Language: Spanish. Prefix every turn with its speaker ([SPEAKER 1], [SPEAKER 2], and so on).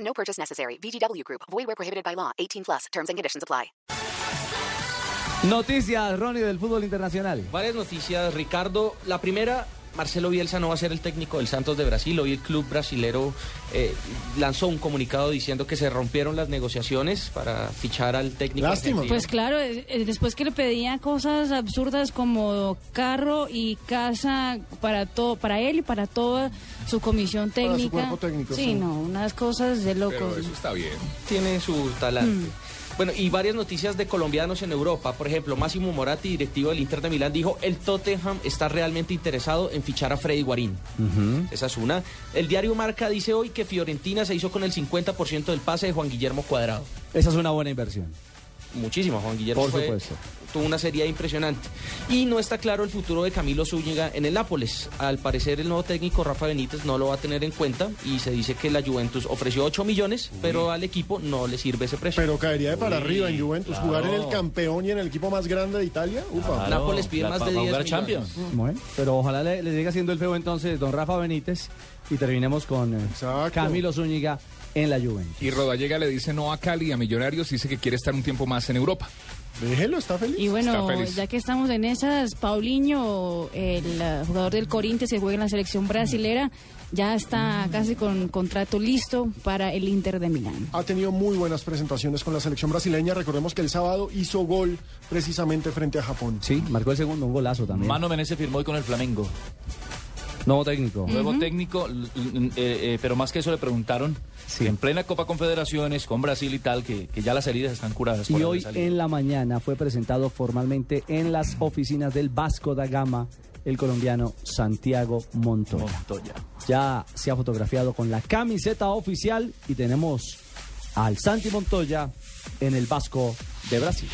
[SPEAKER 1] No purchase necessary. VGW Group. Void where prohibited by law. 18 plus. Terms and conditions apply.
[SPEAKER 2] Noticias, Ronnie, del fútbol internacional.
[SPEAKER 3] Varias noticias, Ricardo. La primera, Marcelo Bielsa no va a ser el técnico del Santos de Brasil. Hoy el club brasilero eh, lanzó un comunicado diciendo que se rompieron las negociaciones para fichar al técnico.
[SPEAKER 4] Lástima.
[SPEAKER 3] argentino.
[SPEAKER 5] Pues claro, eh, eh, después que le pedía cosas absurdas como carro y casa para todo, para él y para toda su comisión
[SPEAKER 4] su
[SPEAKER 5] técnica.
[SPEAKER 4] cuerpo técnico,
[SPEAKER 5] sí,
[SPEAKER 4] sí.
[SPEAKER 5] no, unas cosas de locos.
[SPEAKER 6] Pero eso está bien.
[SPEAKER 3] tiene su talante. Bueno, y varias noticias de colombianos en Europa. Por ejemplo, Máximo Moratti, directivo del Inter de Milán, dijo, el Tottenham está realmente interesado en fichar a Freddy Guarín. Esa es una. El diario Marca dice hoy que Fiorentina se hizo con el 50% del pase de Juan Guillermo Cuadrado.
[SPEAKER 2] Esa es una buena inversión.
[SPEAKER 3] Muchísimo, Juan Guillermo.
[SPEAKER 2] Por
[SPEAKER 3] fue-
[SPEAKER 2] supuesto.
[SPEAKER 3] Tuvo una serie impresionante. Y no está claro el futuro de Camilo Zúñiga en el Nápoles. Al parecer el nuevo técnico Rafa Benítez no lo va a tener en cuenta y se dice que la Juventus ofreció 8 millones, pero al equipo no le sirve ese precio.
[SPEAKER 4] Pero caería de para arriba en Juventus. Jugar en el campeón y en el equipo más grande de Italia. Upa.
[SPEAKER 3] Nápoles pide más de 10 millones. Champions.
[SPEAKER 2] Bueno, pero ojalá le, le siga haciendo el feo entonces don Rafa Benítez y terminemos con eh,
[SPEAKER 4] Exacto.
[SPEAKER 2] Camilo Zúñiga en la Juventus.
[SPEAKER 6] Y Rodallega le dice no a Cali y a Millonarios, dice que quiere estar un tiempo más en Europa.
[SPEAKER 4] Déjelo, está feliz.
[SPEAKER 5] Y bueno,
[SPEAKER 6] Está feliz.
[SPEAKER 5] ya que estamos en esas, Paulinho, el eh, jugador del Corinthians que juega en la selección brasilera, ya está casi con contrato listo para el Inter de Milán.
[SPEAKER 4] Ha tenido muy buenas presentaciones con la selección brasileña. Recordemos que el sábado hizo gol precisamente frente a Japón.
[SPEAKER 2] Sí, marcó el segundo, un golazo también.
[SPEAKER 7] Mano Menezes firmó hoy con el Flamengo.
[SPEAKER 2] Nuevo técnico.
[SPEAKER 7] Nuevo técnico, l- l- eh, eh, pero más que eso le preguntaron
[SPEAKER 2] Sí.
[SPEAKER 7] que en plena Copa Confederaciones con Brasil y tal, que, que ya las heridas están curadas. por
[SPEAKER 2] Y
[SPEAKER 7] haber
[SPEAKER 2] hoy
[SPEAKER 7] salido.
[SPEAKER 2] en la mañana fue presentado formalmente en las oficinas del Vasco da Gama el colombiano Santiago Montoya.
[SPEAKER 7] Montoya.
[SPEAKER 2] Ya se ha fotografiado con la camiseta oficial y tenemos al Santi Montoya en el Vasco de Brasil.